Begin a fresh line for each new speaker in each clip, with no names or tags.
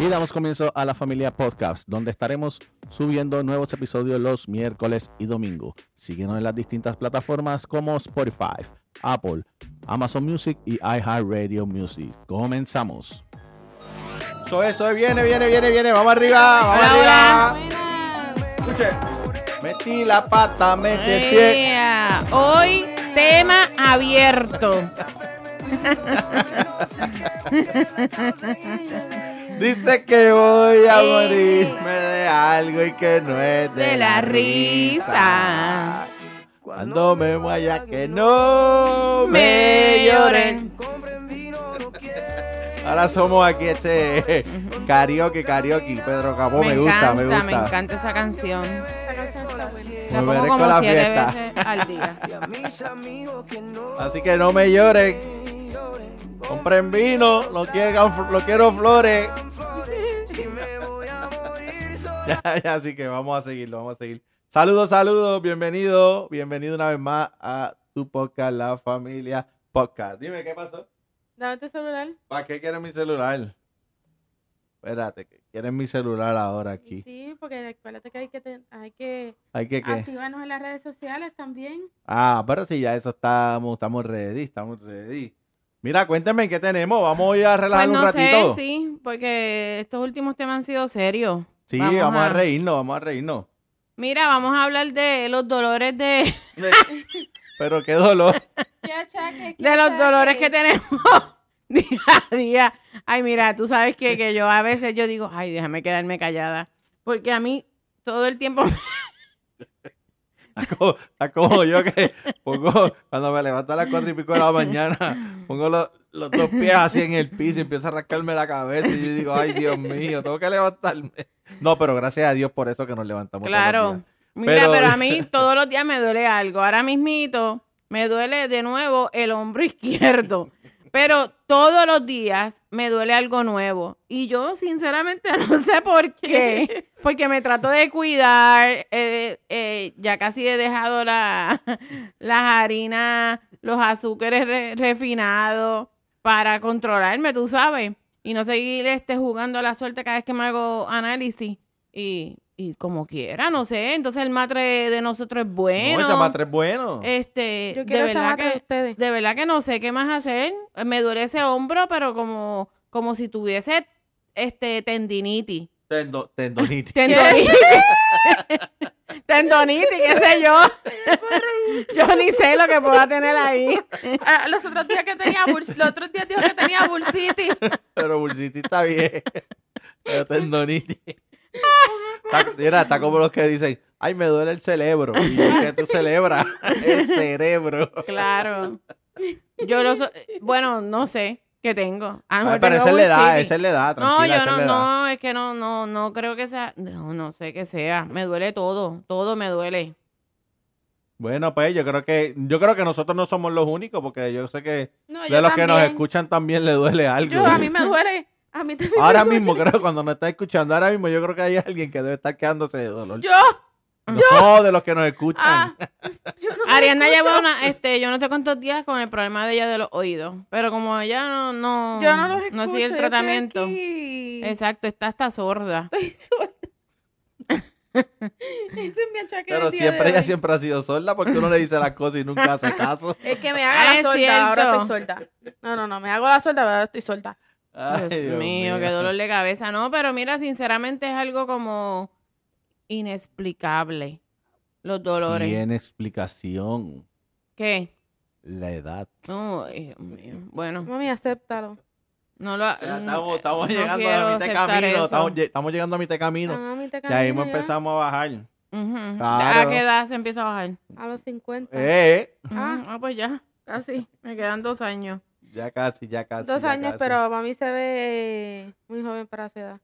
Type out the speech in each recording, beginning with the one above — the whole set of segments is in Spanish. Y damos comienzo a la familia podcast, donde estaremos subiendo nuevos episodios los miércoles y domingo. Síguenos en las distintas plataformas como Spotify, Apple, Amazon Music y iHeartRadio Music. Comenzamos.
Eso es, eso es, viene, viene, viene, viene. Vamos arriba, vamos arriba. Escuche. Metí la pata, metí el pie.
Yeah. Hoy tema abierto.
Dice que voy a
Eh.
morirme de algo y que no es de,
De la risa.
Cuando me muera que no me lloren.
Compren vino, no quiero.
Ahora somos aquí este karaoke, karaoke. Pedro Capó Oh, me, gusta,
encanta,
me gusta.
me encanta esa canción. La
Volveré
pongo
con
como
la
siete
fiesta.
veces al día.
Y a mis amigos que no
Así que no me lloren.
me lloren.
Compren vino, lo quiero, lo quiero flores.
Flores, si me voy a morir sola.
Ya, ya, así que vamos a seguirlo, vamos a seguir. Saludos, saludos, bienvenido, bienvenido una vez más a tu podcast, la familia podcast. Dime, ¿qué pasó?
Dame tu celular.
¿Para qué quieres mi celular? Espérate, que quieren mi celular ahora aquí.
Sí, Ah, porque acuérdate que hay que, ten- hay que
Hay que que.
activarnos en las redes sociales también.
Ah, pero sí, ya eso estamos, estamos ready, estamos ready. Mira, cuéntame qué tenemos. Vamos hoy a relajar
Pues no
un ratito.
sé, sí, porque estos últimos temas han sido serios.
Sí,
Vamos
vamos, a...
a-
reírnos, vamos a reírnos.
Mira, vamos a hablar de los dolores de,
Pero qué dolor.
de los dolores que tenemos día a día. Ay, mira, tú sabes que, que yo a veces yo digo, ay, déjame quedarme callada, porque a mí todo el tiempo
Está como, está como yo que pongo, cuando me levanto a las cuatro y pico de la mañana, pongo los, los dos pies así en el piso y empiezo a rascarme la cabeza y yo digo, ay Dios mío, tengo que levantarme. No, pero gracias a Dios por eso que nos levantamos. todos los
Claro.
días.
Mira,
Pero-
pero... a mí todos los días me duele algo. Ahora mismito me duele de nuevo el hombro izquierdo. Pero todos los días me duele algo nuevo. Y yo sinceramente no sé por qué. Porque me trato de cuidar. eh, eh, ya casi he dejado la, las harinas, los azúcares re- refinados para controlarme, tú sabes. Y no seguir este, jugando a la suerte cada vez que me hago análisis. Y, y como quiera, no sé. Entonces el matre de nosotros es bueno.
No, chama, tres bueno.
Este,
Yo
de
quiero esa
verdad
mata de
que
ustedes.
de verdad que no sé qué más hacer. Me duele ese hombro, pero como como si tuviese este tendinitis.
Tendo- tendonitis.
Tendonitis. tendonitis, qué sé yo. yo ni sé lo que pueda tener ahí.
Ah, los otros días que tenía burs- los otros días dijo que tenía bursitis.
Pero Bursiti está bien. Pero tendonitis. Está- mira, está como los que dicen, ay, me duele el cerebro. ¿Y yo, qué tú celebras? El cerebro.
Claro. Yo lo so- bueno, no sé qué tengo. A lo
Ay,
mejor
pero
tengo
esa es la edad,
bursitis.
esa es la edad,
No,
tranquila,
yo
esa es
no,
la edad.
no, es que no, no, no creo que sea, no, no sé que sea, me duele todo, todo me duele.
Bueno, pues yo creo que yo creo que nosotros no somos los únicos porque yo sé que
No,
de
yo
los que nos
también.
escuchan también le duele algo.
Yo, a mí me duele. A mí también.
Ahora mismo creo cuando nos está escuchando ahora mismo yo creo que hay alguien que debe estar quedándose de dolor.
Yo,
no, de los que nos escuchan.
ah, yo no me
Ariana
escucho.
lleva una, este, yo no sé cuántos días con el problema de ella de los oídos, pero como ella no, no,
Yo no los escucho.
no sigue el
yo estoy
tratamiento.
aquí.
Exacto, está hasta sorda.
Estoy sorda. Ese es mi achaque
Pero
del día
siempre
de
ella
hoy.
siempre ha sido sorda porque uno le dice las cosas y nunca hace caso.
Es que me haga
Ah,
la
es
solta, ahora
cierto.
estoy solta. No, no, no, me hago la solta, pero ahora estoy solta.
Ay,
Dios, mío, qué dolor de cabeza. No, pero mira, sinceramente es algo como inexplicable. Los dolores.
Tiene explicación
¿Qué?
la edad.
No, ay, Dios mío. Bueno,
Mami, acéptalo.
no lo.
Ya estamos, estamos
no
llegando
quiero
a mitad de
aceptar
camino,
eso.
estamos, lle- estamos llegando a mitad de
Ah,
camino.
mami, te
Ya ahí
camino,
empezamos a bajar.
Ujú.
Claro.
¿A qué edad se empieza a bajar?
A los 50.
Eh,
Ujú.
Ah.
ah pues ya, casi. Me quedan dos años.
ya casi, ya casi.
Dos
ya
años,
casi.
pero mami se ve muy joven para su edad.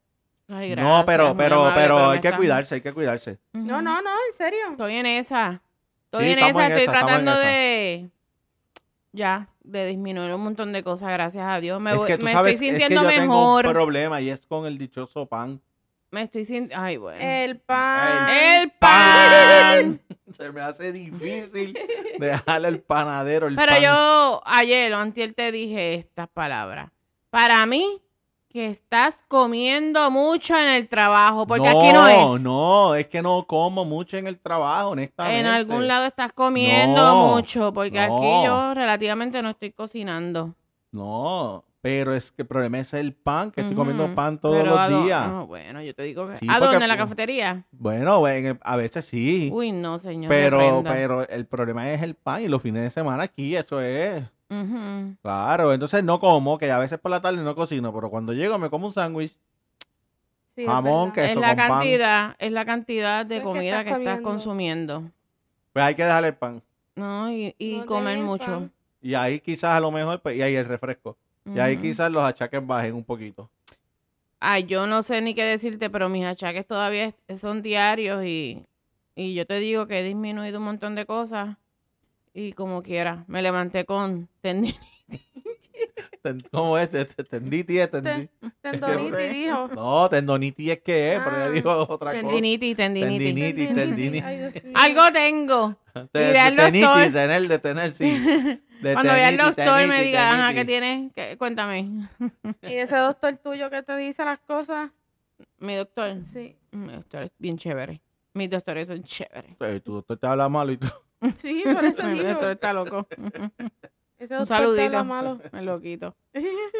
Ay,
No,
gracias,
pero,
muy
pero,
amable,
pero
me
hay que
estás-
cuidarse, hay que cuidarse.
Ujú.
No, no, no, en serio.
Estoy en esa. Estoy
Sí,
en
estamos
esa,
en
estoy
esa, estamos en
tratando
esa.
de. Ya, de disminuir un montón de cosas, gracias a Dios. Me,
es
voy-
que tú
me
sabes,
estoy sintiendo
es que yo
mejor.
tengo un problema y es con el dichoso pan.
Me estoy sintiendo. Ay, bueno.
El pan.
El pan.
Se me hace difícil dejarle al panadero el
Pero
pan.
yo ayer o antier te dije estas palabras. Para mí, que estás comiendo mucho en el trabajo, porque aquí no es.
No, es que no como mucho en el trabajo, honestamente.
En algún lado estás comiendo
No,
mucho, porque
no.
aquí yo relativamente no estoy cocinando.
No, pero es que el problema es el pan, que estoy comiendo
Ujú.
pan todos
Pero a
los
do-
días.
no, bueno, yo te digo que.
Sí,
¿A
porque-
dónde? ¿En la cafetería?
Bueno, en el- a veces sí,
Uy, no, señor.
pero,
reprenda.
pero el problema es el pan y los fines de semana aquí, eso es.
Ujú.
Claro, entonces no como, que a veces por la tarde no cocino, pero cuando llego me como un sándwich.
Sí, es
Jamón,
verdad.
Es
Eso
la
con pan.
cantidad, es la cantidad de
Sí, es que
comida
estás
que estás
comiendo.
consumiendo.
Pues hay que dejar el pan.
No, y, y
No te
comer
dejan.
mucho.
Y ahí quizás a lo mejor, pues, y ahí el refresco. Y ahí
Ujú.
quizás los achaques bajen un poquito.
Ay, yo no sé ni qué decirte, pero mis achaques todavía es- son diarios y, y yo te digo que he disminuido un montón de cosas y como quiera, me levanté con tendinitis.
Ten- ¿Cómo es? Te- te- Tendinitis, tendinitis.
Ten- Tendonitis, dijo.
No, tendonitis es que es, pero ya
Ah,
dijo otra cosa.
Tendinitis, tendinitis.
Tendinitis, tendinitis.
Ay, Dios mío.
Algo tengo.
Te-
Mira, el
Tendinitis,
doctor.
tener, detener, sí. De
Cuando vea al
tendinitis,
doctor me
tendinitis,
diga, ajá, ¿qué tienes?
tendinitis.
¿Qué? Cuéntame.
Y ese doctor tuyo que te dice las cosas.
Mi doctor.
Sí.
Mi doctor es bien chévere. Mis doctores son chéveres.
Eh, Tu doctor te habla malo y tú.
Sí, por eso
Mi
digo.
doctor está loco.
Ese
Un
doctor te habla
saludito.
malo.
Me lo quito.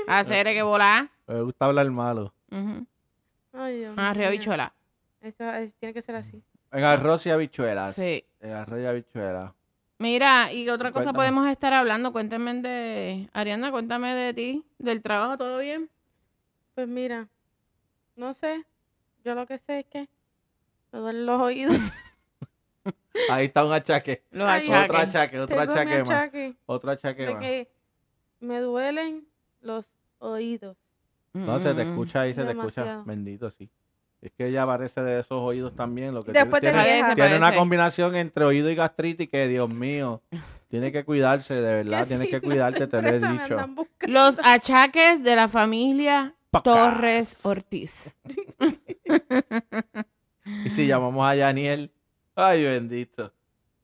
Hacer que volá.
Me gusta hablar malo.
Ujú.
Ay, Dios
Una
mío.
reobichola.
Eso es- tiene que ser así.
En arroz y habichuelas.
Sí.
En arroz y habichuelas.
Mira, y otra cosa
Cuéntame.
podemos estar hablando. Cuéntame de. Ariana, cuéntame de ti, del trabajo, ¿todo bien?
Pues mira, no sé. Yo lo que sé es que me duelen los oídos.
Ahí está un achaque.
Los
Ay,
achaques.
Otro achaque, otro
Tengo mi
achaque más.
achaque
Otro achaque
de
más.
que me duelen los oídos.
No, se te
Mm.
escucha ahí, se te escucha.
Demasiado.
Bendito, sí. Es que ella parece de esos oídos también. Lo que
Después te
tiene,
quejas.
Parece,
tiene una
parece.
combinación entre oído y gastritis que, Dios mío, tiene que cuidarse, de verdad.
Que
Tienes
si
que
no
cuidarte, te lo he
expresa, me
dicho.
andan buscando.
Los achaques de la familia
Pacas.
Torres Ortiz.
Y si llamamos a Yaniel, ay, bendito.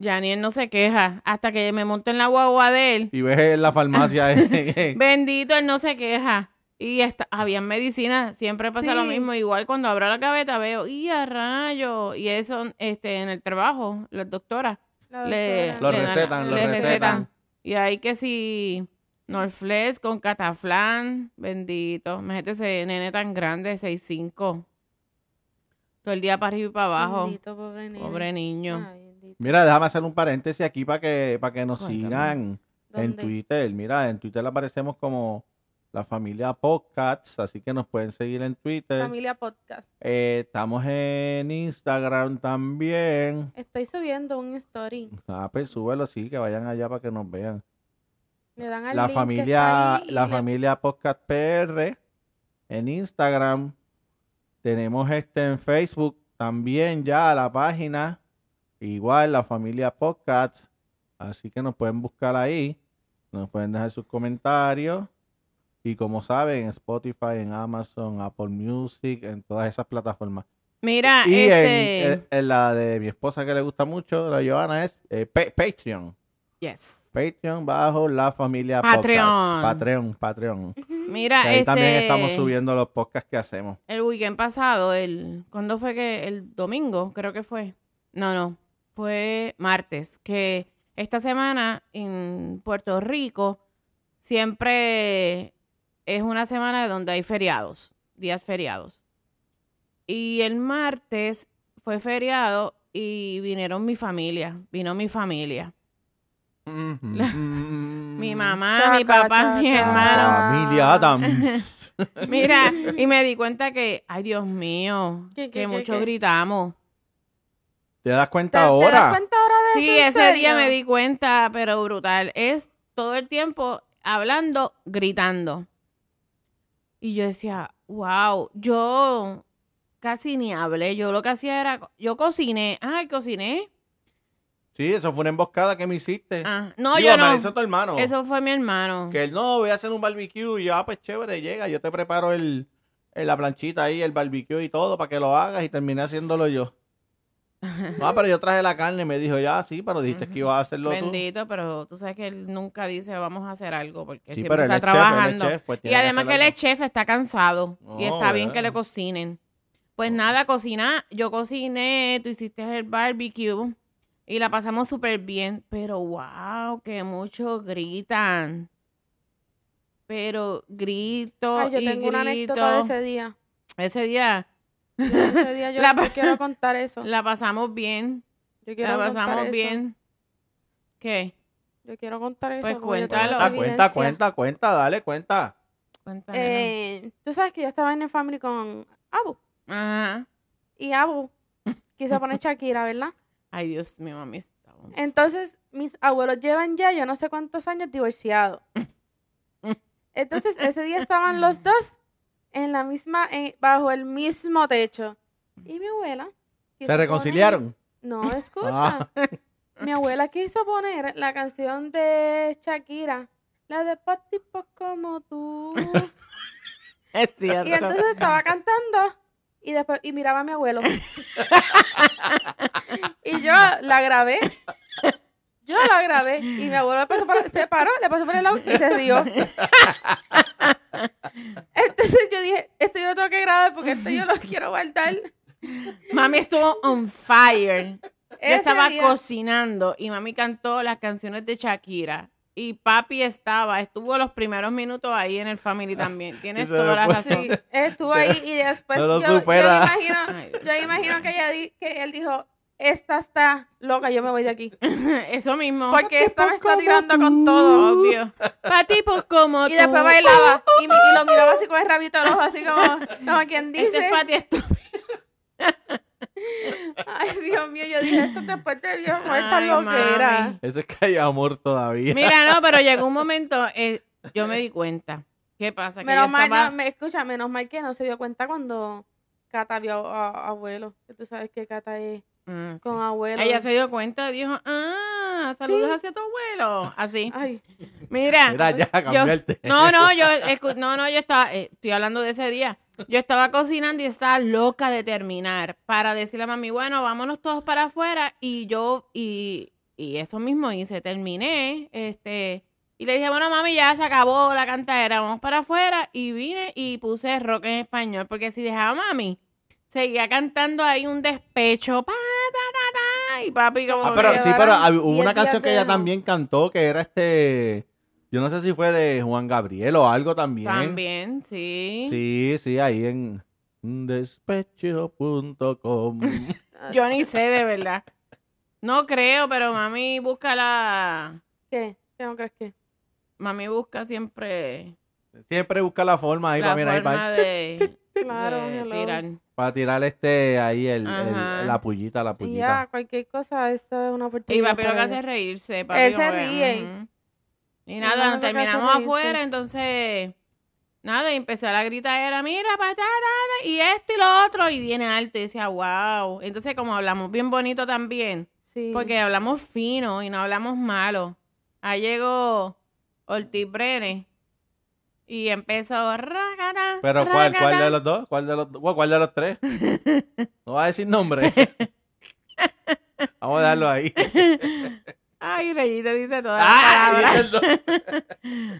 Janiel no se queja hasta que me monto en la guagua de él.
Y ves en la farmacia. eh, eh, eh.
Bendito, él no se queja. Y está, había medicina, siempre pasa lo
Sí.
mismo. Igual cuando abro la gaveta veo, y a rayo. Y eso este, en el trabajo, las doctoras
La
le,
doctora.
Los
le dan-
recetan, los
le
recetan.
Y ahí que si Norflex con cataflán, bendito. Imagínate ese nene tan grande, 6'5. Todo el día para arriba y para abajo.
Bendito, Ah. pobre niño.
Pobre niño.
Mira, déjame hacer un paréntesis aquí para que, para que nos
Cuéntame.
sigan en Twitter. Mira, en Twitter aparecemos como la familia Podcasts, así que nos pueden seguir en Twitter.
Familia Podcast.
Eh, estamos en Instagram también.
Estoy subiendo un story.
Ah, pues súbelo, sí, que vayan allá para que nos vean.
Le dan al
La
link que está
familia,
ahí y
la
le-
familia Podcast PR en Instagram. Tenemos este en Facebook también ya la página. Igual la familia Podcast. Así que nos pueden buscar ahí. Nos pueden dejar sus comentarios. Y como saben, en Spotify, en Amazon, Apple Music, en todas esas plataformas.
Mira,
Y en- eh,
este.
en, en la de mi esposa que le gusta mucho, la Giovanna, es eh, Pa- Patreon.
yes.
Patreon bajo la familia
Patreon.
Podcast. Patreon, Patreon.
Mira,
Que ahí
este.
también estamos subiendo los podcasts que hacemos.
El weekend pasado, el ¿cuándo fue que? El domingo, creo que fue. No, no, fue martes, que esta semana en Puerto Rico siempre es una semana donde hay feriados, días feriados. Y el martes fue feriado y vinieron mi familia, vino mi familia. Mi
Mi
mamá, mi
Chaca,
papá, mi
chaca.
hermano.
Ah. Familia Adams.
Mira, y me di cuenta que, ay Dios mío,
¿Qué, qué,
que
qué,
mucho
qué?
gritamos.
¿Te das
¿Te,
cuenta
¿Te das
ahora?
cuenta ahora de
Sí,
eso? en
ese día
serio?
me di cuenta, pero brutal. Es todo el tiempo hablando, gritando. Y yo decía, wow, yo casi ni hablé. Yo lo que hacía era, co- yo cociné. Ay, cociné.
Sí, eso fue una emboscada que me hiciste.
Ah, no,
Eh, Digo,
yo
me
no.
hizo tu hermano.
Eso fue mi hermano.
Que él, no, voy a hacer un barbecue. Y yo, ah, pues chévere, llega. Yo te preparo el, el- la planchita ahí, el barbecue y todo para que lo hagas y terminé haciéndolo yo. No, pero yo traje la carne, me dijo, ya, sí, pero dijiste que ibas a hacerlo tú.
Bendito, pero tú sabes que él nunca dice vamos a hacer algo porque
Sí,
siempre
pero él
está
es chef, él es
trabajando.
chef, pues
y
tiene
además que él
hacer
es chef, está cansado. y
Oh,
está bien que le
¿verdad?
cocinen. Pues nada, cocina. Yo cociné, tú hiciste el barbecue y la pasamos súper bien. Pero wow, que mucho gritan. Pero grito
Ay, yo
y
tengo
grito.
una anécdota de ese día.
Ese día
Ese día yo,
La
yo
pa-
quiero contar eso.
la pasamos bien.
Yo quiero
La
contar
pasamos
eso.
bien. ¿Qué?
Yo quiero contar eso.
Pues
porque yo tengo
cuéntalo.
Ah, Cuenta,
evidencia.
cuenta, cuenta, cuenta, dale, cuenta.
Cuéntame.
Eh, Tú sabes que yo estaba en el family con Abu.
Ajá.
Y Abu quiso poner Shakira, ¿verdad?
Ay, Dios mío, mami. está bueno.
Entonces, mis abuelos llevan ya yo no sé cuántos años divorciados. Entonces, ese día estaban los dos en la misma, en- bajo el mismo techo. Y mi abuela. quiso
¿Se
poner-
reconciliaron? Ah,
No, escucha. Mi abuela quiso poner la canción de Shakira, la de Pa' tipos como tú.
Es cierto.
Y entonces estaba cantando y después y miraba a mi abuelo. y yo la grabé. Yo la grabé y mi abuelo le pasó por- se paró, le pasó por el lado y se rió. Entonces yo dije, esto yo lo tengo que grabar porque esto yo lo quiero guardar.
Mami estuvo on fire. Yo
Ese
estaba
día-
cocinando y mami cantó las canciones de Shakira. Y papi estaba, estuvo los primeros minutos ahí en el family también. Tienes
se
toda la
después-
razón.
Sí, estuvo ahí y después
No lo
yo, yo
supera.
imagino,
Ay, Dios
yo imagino que, ella di- que él dijo, esta está loca, yo me voy de aquí.
Eso mismo.
Porque esta me está
como
tirando
tú.
con todo.
Obvio. Pa' tipos pues, como
Y después
tú.
bailaba y, mi- y lo miraba así con el rabito al ojo, así como, como quien
Este
dice.
es pa' ti, esto-
Ay, Dios mío, yo dije esto después de viejo con esta
Ay,
loquera.
mami.
Eso es que hay amor todavía.
Mira, no, pero llegó un momento, eh, yo me di cuenta. ¿Qué pasa? Que
Menos
ella
mal,
estaba-
no, me, escucha, menos mal que no se dio cuenta cuando Cata vio a, a abuelo. Que tú sabes que Cata es
Ah, sí.
con abuelo.
Ella se dio cuenta, dijo, ah, saludos hacia tu abuelo. Así.
Ay,
Mira.
Mira, ya, cambiarte.
No, no, yo escu- no, no, yo estaba, eh, estoy hablando de ese día. Yo estaba cocinando y estaba loca de terminar para decirle a mami, bueno, vámonos todos para afuera. Y yo, y, y eso mismo hice, terminé, este, y le dije, bueno, mami, ya se acabó la cantadera, vamos para afuera. Y vine y puse rock en español, porque si dejaba a mami, seguía cantando ahí un despecho, pa, ta, ta, ta, y papi como...
Ah, pero
me
que-
sí, pero
llevaron
hab- hubo
diez
una
días
canción que
de
ella
demo.
también cantó que era este. Yo no sé si fue de Juan Gabriel o algo también.
También, sí.
Sí, sí, ahí en despecho.com.
Yo ni sé, de verdad. No creo, pero mami busca la...
¿qué? ¿Qué no crees que?
Mami busca siempre
Siempre busca la forma ahí
la
para, mira, ahí
forma
para,
de,
Claro,
de
hello.
Eh, tirar.
para tirar este ahí el, el-
Ajá.
la pullita, la
Y
pullita.
ya, cualquier cosa, esto es una
Y
oportunidad.
papi lo que
para
hace
ella.
es reírse. papi
Él se
como que,
ríe.
ujú. Y
Él
nada,
lo que hace es
terminamos
reírse.
afuera, entonces... Nada, y empecé a la gritadera, mira, patata, y esto y lo otro, y viene alto, y decía, wow. Entonces, como hablamos bien bonito también,
Sí.
Porque hablamos fino y no hablamos malo. Ahí llegó Ortiz Brenes y empezó. "Racata,
Pero ¿cuál, cuál de
racata".
los dos? ¿Cuál de los, do- cuál de los tres? No va a decir nombre. Vamos a dejarlo ahí.
Ay, Reyito dice todas las
Ah,
palabras.
dice el do-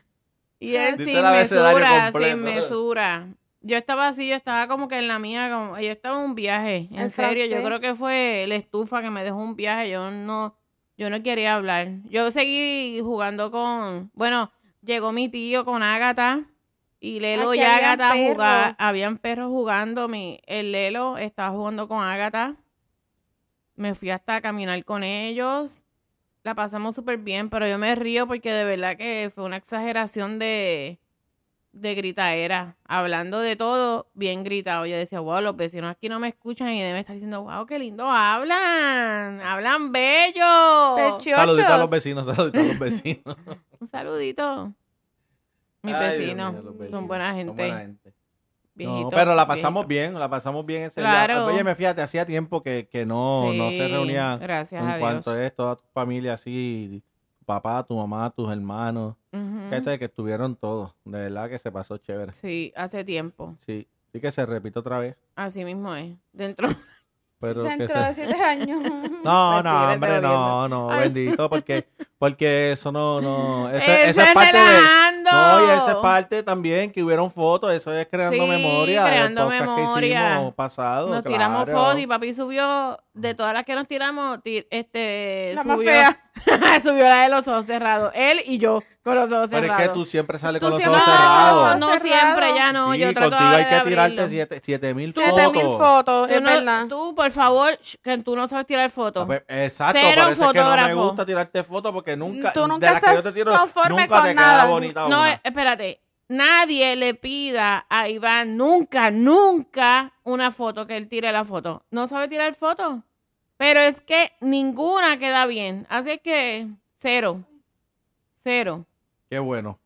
Y él
Dice
sin
el abecedario
mesura,
completo.
sin mesura. Yo estaba así, yo estaba como que en la mía, como, yo estaba en un viaje. En
En
serio, yo
francés.
creo que fue la estufa que me dejó un viaje. Yo no, yo no quería hablar. Yo seguí jugando con, bueno, llegó mi tío con Ágata y Lelo
Ah,
y
que habían
Ágata jugaban,
perros.
habían perros jugando. Mi, el Lelo estaba jugando con Ágata. Me fui hasta a caminar con ellos la pasamos súper bien, pero yo me río porque de verdad que fue una exageración de, de gritaera. Hablando de todo, bien gritado. Yo decía, wow, los vecinos aquí no me escuchan y deben estar diciendo, wow, qué lindo hablan. Hablan bello.
Pechochos.
Saludito a los vecinos, saludito a los vecinos.
Un saludito. Mis
Ay, Dios
vecinos
mío, los
son
vecinos,
buena gente.
gente. No,
viejitos,
pero la pasamos
viejitos.
bien, la pasamos bien ese
Claro.
día. Oye, me fíjate, hacía tiempo que, que no, no se
Sí,
reunían
Gracias a
en cuanto
Dios.
es toda tu familia así, tu papá, tu mamá, tus hermanos,
Ujú.
gente que estuvieron todos. De verdad que se pasó chévere.
Sí, hace tiempo.
Sí, sí que se repite otra vez.
Así mismo es. Dentro.
Pero que
Dentro
se-
de siete años.
No, no,
Mentira,
hombre,
estaba
no, no,
Ay.
bendito, porque, porque eso no, no, eso,
Eso
eso es
es
parte de...
relajando.
No, y esa es parte también, que hubieron fotos, eso es creando
Sí,
memoria del
creando
podcast que
memoria.
hicimos pasado,
Nos tiramos
claro.
fotos y papi subió, de todas las que nos tiramos, ti- este,
La más
subió,
fea.
subió la de los ojos cerrados. Él y yo con los ojos
Pero es
cerrados.
que tú siempre sales
Tú
con los
siempre
ojos
sales con los
cerrados.
ojos
No, no siempre, ya no.
Sí,
yo trato
contigo
ahora
hay
de
que tirarte
abrirlo.
7 mil
Tú-
fotos.
Siete mil fotos,
Tú,
es
no-
verdad.
tú, por favor, sh, que tú no sabes tirar fotos.
Ah, pues, Exacto,
Cero
por eso es que no me
fotógrafo.
gusta tirarte fotos porque nunca,
Tú nunca
de las que yo
estás
te tiro,
conforme
nunca te
con
queda
nada.
bonita
no,
una.
eh, espérate. Nadie le pida a Iván nunca, nunca una foto que él tire la foto. No sabe tirar fotos. Pero es que ninguna queda bien. Así es que cero. Cero.
Qué bueno,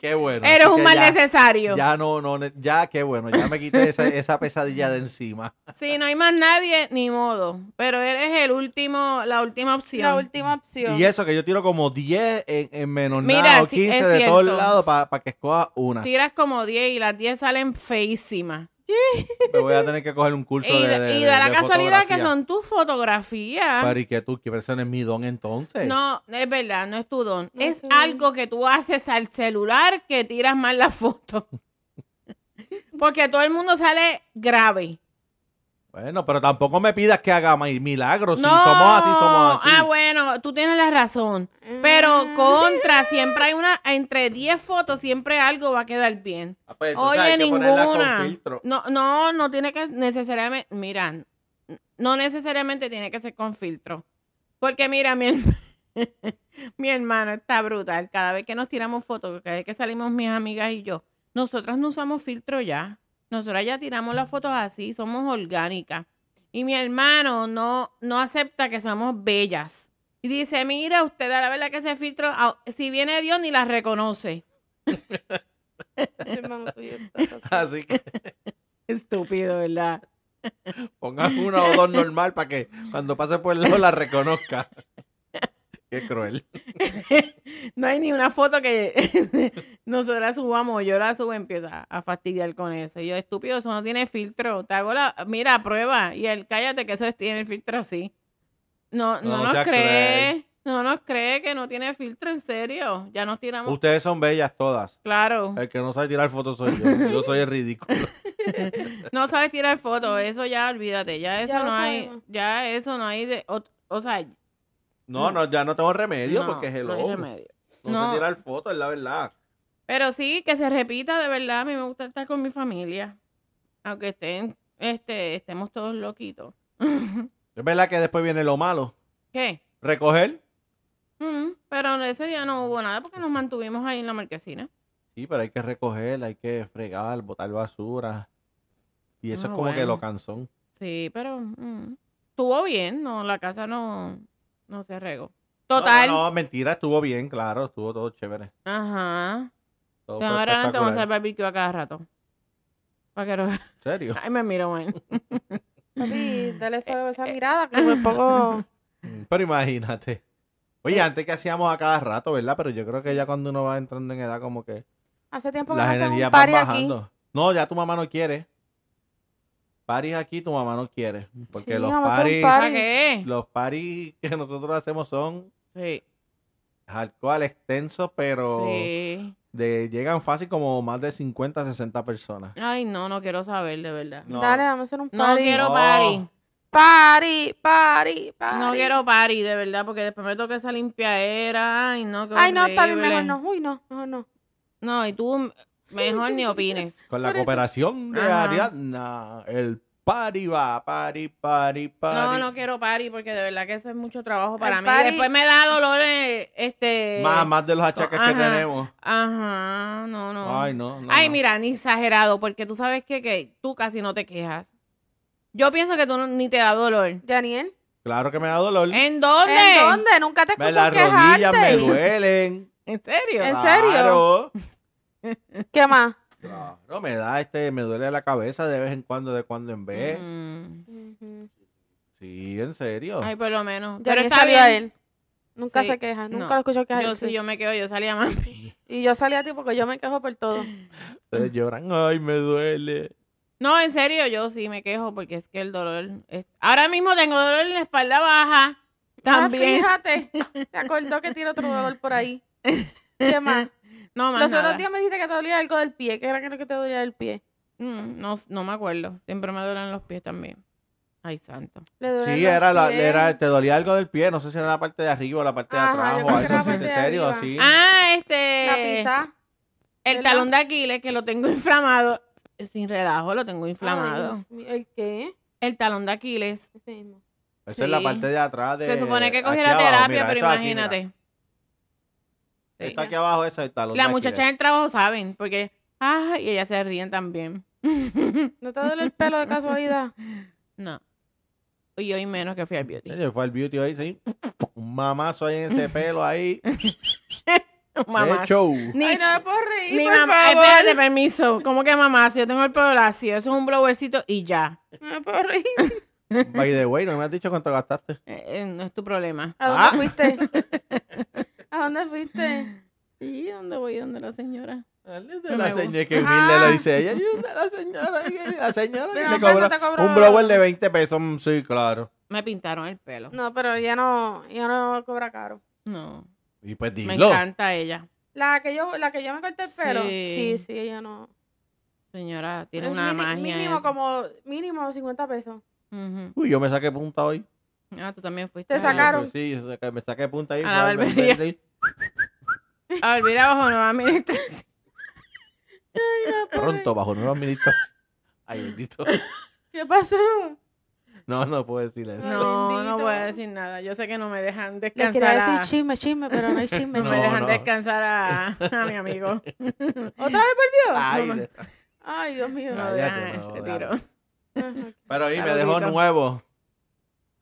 qué bueno.
Eres
Así
un
que
mal
ya-
necesario.
Ya no, no, ne- ya qué bueno, ya me quité esa, esa pesadilla de encima.
Si no hay más nadie, ni modo. Pero eres el último, la última opción.
La última opción.
Y eso que yo tiro como 10 en, en menos
Mira,
nada o
sí, es
15 de todos
cierto.
lados para que escoja una.
Tiras como 10 y las 10 salen feísimas.
Me voy a tener que coger un curso
Y,
de,
da-
de-
y
de-
da la
de
casualidad que
fotografía.
son tus fotografías.
Pero y que tú, que persona es mi don entonces.
No, no es verdad, no es tu don.
No
es
sé.
algo que tú haces al celular que tiras mal la foto. Porque todo el mundo sale grave.
Bueno, pero tampoco me pidas que haga mi- milagros. Si
no,
somos así, somos así.
Ah, bueno, tú tienes la razón. Pero
Mm.
contra, siempre hay una, entre 10 fotos, siempre algo va a quedar bien.
Ah, pues, entonces
Oye,
hay que ponerla con
ninguna.
filtro.
No, no, no tiene que necesariamente, mira, no necesariamente tiene que ser con filtro. Porque mira, mi, her- mi hermano está brutal. Cada vez que nos tiramos fotos, cada vez que salimos mis amigas y yo, nosotras no usamos filtro ya. Nosotras ya tiramos las fotos así, somos orgánicas. Y mi hermano no, no acepta que somos bellas. Y dice, mira, usted a la verdad que ese filtro, au- si viene Dios ni las reconoce.
Sí, mamá, tú y yo estás así.
Así que
Estúpido, ¿verdad?
pongan una o dos normal para que cuando pase por el lado la reconozca. Qué cruel.
no hay ni una foto que nosotras subamos, yo la subo y empieza a fastidiar con eso. Y yo, estúpido, eso no tiene filtro. Te hago la, mira, prueba. Y él, cállate que eso es- tiene el filtro así. No,
No,
no,
no
nos
seas
cree,
cruel.
no nos cree que no tiene filtro, en serio. Ya nos tiramos,
Ustedes son bellas todas.
claro.
El que no sabe tirar fotos soy yo. Yo soy el ridículo. eh.
No sabes tirar fotos, eso ya olvídate, ya eso
Ya lo
no hay,
sabemos.
ya eso no hay de, o, o sea,
No, no, ya no tengo remedio
no,
porque
no
hello.
hay
No,
remedio.
sé
No.
tirar fotos, es la verdad.
Pero sí, que se repita de verdad. A mí me gusta estar con mi familia. Aunque estén, este, estemos todos loquitos.
Es verdad que después viene lo malo.
¿Qué?
Recoger.
Mm, pero ese día no hubo nada porque nos mantuvimos ahí en la marquesina.
Sí, pero hay que recoger, hay que fregar, botar basura. Y eso
Ah,
es como que
bueno.
lo cansón.
Sí, pero mm, estuvo bien, no, la casa no, no se regó. Total.
No, no, no, mentira, estuvo bien, claro, estuvo todo chévere.
Ajá.
Todo
De
fue
ahora adelante vamos a hacer
espectacular.
barbecue a cada rato. Para que no-
¿En serio?
Ay, me miro, man.
Papi, dale
Eh,
eso- esa mirada que por poco.
Mm, Pero imagínate. Oye, antes que hacíamos a cada rato, ¿verdad? Pero yo creo que ya cuando uno va entrando en edad, como que
Hace tiempo que no
las
hacen un
energías van
party aquí.
bajando. No, ya tu mamá no quiere. Paris aquí, tu mamá no quiere. Porque
Sí,
los
vamos a hacer
paris,
un
¿Para
party.
qué?
los paris que nosotros hacemos son
Sí.
alcohol extenso, pero
Sí.
de, llegan fácil como más de 50, 60 personas.
Ay, no, no quiero saber, de verdad.
No.
Dale, vamos a hacer un
No
party.
quiero
No.
party.
Party, party, party.
No quiero party, de verdad, porque después me toca esa limpiadera. Ay, no, qué
Ay, no, está bien,
horrible.
mejor no. Uy, no, mejor no.
No, y tú mejor ni opines.
Con la
Por eso.
cooperación de
Ajá.
Ariadna, el party va, party, party,
No,
party.
no quiero party porque de verdad que eso es mucho trabajo para
El
mí.
party-
Después me da dolores, este...
Más, más de los achaques que
ajá.
tenemos.
Ajá, no, no.
Ay, no, no,
Ay,
no.
mira, ni exagerado, porque tú sabes que, que tú casi no te quejas. Yo pienso que tú no- ni te da dolor.
Daniel,
Claro que me da dolor.
¿En dónde?
¿en dónde? Nunca te
Me-
escucho
las
quejarte.
rodillas me duelen.
¿En serio?
Ah,
¿En serio?
Claro.
¿Qué más?
Claro, me da este, me duele la cabeza de vez en cuando, de cuando en vez.
Mm.
Sí, en serio.
Ay, por lo menos. Pero
Daniel
está
salió a
bien.
él. Nunca
Sí.
se queja, nunca
No.
lo escucho quejarse.
Yo sí, yo me quedo, yo salía más.
Y yo salí a ti porque yo me quejo por todo.
mm.
Ustedes lloran, ay, me duele.
No, en serio, yo sí me quejo porque es que el dolor. es- Ahora mismo tengo dolor en la espalda baja. También.
Ah, fíjate, te acordó que tiene otro dolor por ahí. ¿Qué más?
no, más
Los
nada.
otros días me dijiste que te dolía algo del pie. ¿Qué era que no que te dolía el pie?
Mm, no, no me acuerdo. Siempre me duelen los pies también. Ay, santo.
Le duelen
Sí,
los
era la,
pies.
era, te dolía algo del pie, no sé si era la parte de arriba o la parte de
Ajá,
atrás
yo
o
creo que
algo
era la
así, en
parte de
serio,
arriba.
así.
Ah,
La
este.
pizza.
el
¿verdad?
talón de Aquiles, que lo tengo inflamado. Sin relajo, lo tengo inflamado.
Ay, Dios mío, ¿El qué?
El talón de Aquiles.
Ese mismo.
Esa es la
sí.
parte de atrás de
Se supone que cogí
aquí
la
abajo,
terapia,
mira,
pero
esto de aquí,
imagínate.
mira.
Sí.
Esto aquí abajo esa es el talón.
Las
de Aquiles.
muchachas en el trabajo saben, porque. Ah, y ellas se ríen también.
¿No te duele el pelo de casualidad?
no. Y hoy menos que fui al beauty.
Ella fue al beauty ahí, sí. Un mamazo ahí en ese pelo ahí.
Mamá.
Eh, show.
Ay,
Ni-
no me puedo reír,
Mi
por
mamá, eh,
favor.
espérate, permiso. ¿Cómo que mamá? Si yo tengo el pelo lacio, eso es un blowercito y ya.
No me puedo reír.
By the way, no me has dicho cuánto gastaste.
Eh, eh, no es tu problema.
¿A
Ah.
dónde fuiste? ¿A dónde fuiste?
¿Y dónde voy? ¿Dónde la señora?
De
No
la
me
señora
gusta.
que humilde
Ah.
lo dice ella. Y de La señora, y la señora que
Pero,
le
hombre,
cobró
no te cobró-
un blower de 20 pesos. Mm, Sí, claro.
Me pintaron el pelo. No.
No, pero ya no, ya no cobra caro.
Y pues
me
dilo.
encanta ella.
La que yo, la que yo me corté el pelo. Sí,
Sí.
sí, ella no.
Señora, tiene
Es
una
mini-
magia.
Mínimo
eso.
como, mínimo 50 pesos.
Ujú.
Uy, yo me saqué punta hoy.
Ah, tú también fuiste.
Te
a-
sacaron.
Sí, yo saqué- me saqué punta ahí.
A la
fue- me-
barbería.
me-
A este- volver abajo, nueva administración.
Pronto, bajo nueva administración. Ay, bendito.
¿Qué pasó?
No, no puedo decir eso.
Ay,
No, no
bendito.
voy a decir nada. Yo sé que no me dejan
Le quería
descansar.
decir
A,
chisme, chisme, pero no hay chisme.
no
No,
me
chisme.
dejan
no.
descansar a, a mi amigo.
¿Otra vez volvió?
Ay,
No,
de-
Ay, Dios mío.
No,
Cállate,
dejan,
no,
retiro.
déjalo. Pero y me dejó
Saludito.
nuevo.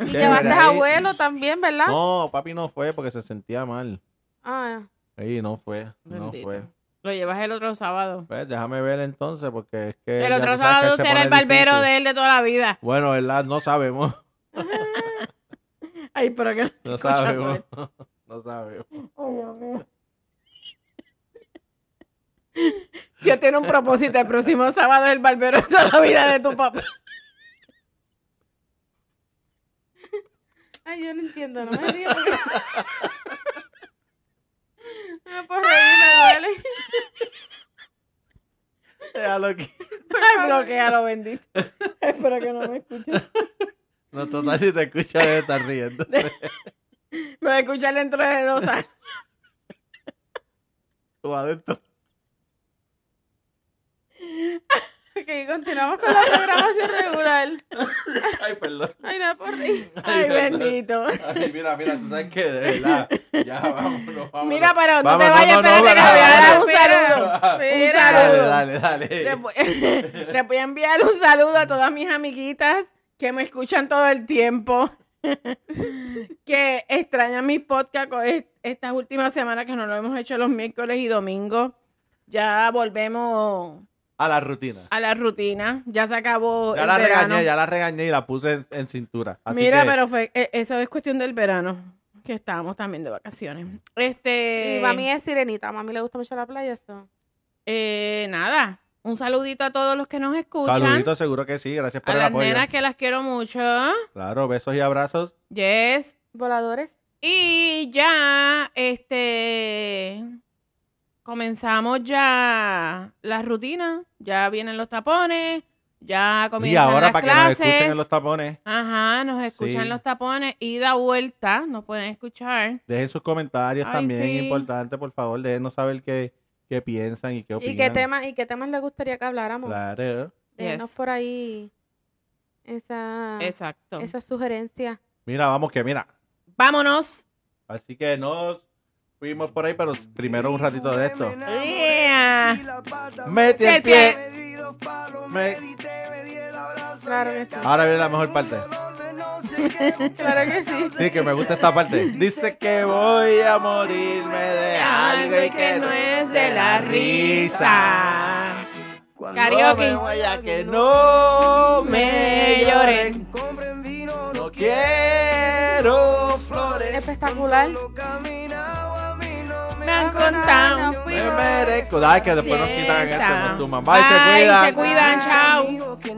Y
Chévere,
llevaste
ahí.
abuelo también,
¿Ah?
¿verdad?
No, papi no fue porque se sentía mal.
Ah,
Sí, no fue, no
Bendito.
fue.
Lo llevas el otro sábado.
Pues déjame ver entonces porque es que...
El
Eh, ya
otro
tú sabes que
sábado
él se
será
pone
el barbero
difícil.
de él de toda la vida.
Bueno, ¿verdad? No sabemos.
Ay, pero que
No
Escucha,
sabemos. No sabemos.
yo tiene un propósito. El próximo sábado es el barbero de toda la vida de tu papá.
Ay, yo no entiendo, no me río porque... No me puedo reír, me duele.
Déjalo aquí.
Ay, bloquealo, bendito. Espero que no me escuche.
No, total, si te escucha debe estar riendo.
Me va a escuchar dentro de dos años.
O adentro.
Ok, continuamos con la programación regular.
Ay, perdón.
Ay, no me puedo reír.
Ay,
perdón.
bendito.
Ay, mira, mira, tú sabes que de verdad. Ya, vámonos, vámonos.
Mira, pero no
Vamos,
te
no,
vayas,
no, no,
espérate que te
para,
voy a dar
para,
un
para.
saludo.
Espera.
saludo.
Dale, dale,
Le
dale.
voy, le voy a enviar un saludo a todas mis amiguitas que me escuchan todo el tiempo, que extrañan mis podcasts estas últimas semanas que no lo hemos hecho los miércoles y domingos. Ya volvemos
A la rutina.
a la rutina, ya se acabó
Ya
el
la
verano.
regañé, ya la regañé y la puse en, en cintura. Así
Mira,
que,
pero fue, e- eso es cuestión del verano, que estábamos también de vacaciones. Este,
Y mami es sirenita, a mami le gusta mucho la playa, eso.
eh, nada, un saludito a todos los que nos escuchan.
Saluditos, seguro que sí. Gracias por
A
el
las
apoyo.
nenas que las quiero mucho.
Claro, besos y abrazos.
Yes.
Voladores.
Y ya, este, comenzamos ya la rutina, ya vienen los tapones, ya
Y
comienzan
ahora
las
para
clases.
que nos escuchen en los tapones,
Ajá, nos escuchan
Sí.
los tapones, ida vuelta, nos pueden escuchar.
dejen sus comentarios
Ay,
también,
sí.
importante, por favor. Déjenos saber qué, qué piensan y qué opinan.
¿Y qué, temas, ¿Y qué temas le gustaría que habláramos?
Claro.
Denos
Yes.
por ahí esa,
Exacto.
Ah, esa sugerencia.
Mira, vamos que mira.
Vámonos.
Así que nos fuimos por ahí, pero primero un ratito de esto. Metí
el
el pie. Me-
Claro que sí.
Ahora viene la mejor parte.
Claro que sí.
Sí, que me gusta esta parte. Dice que voy a morirme de algo y que no es de la risa.
Karaoke.
Me voy a que no
Me
Eh,
me
lloren.
lloren.
Compren vino,
No quiero flores.
Espectacular.
Lo caminado a mí no me
Countdown, countdown.
Nos
Me
fuimos.
merezco. Ay, que después nos quitan
Sí,
esto.
está.
nos tuman.
Bye,
Bye, se
se
cuidan.
cuidan. Chao.
chao.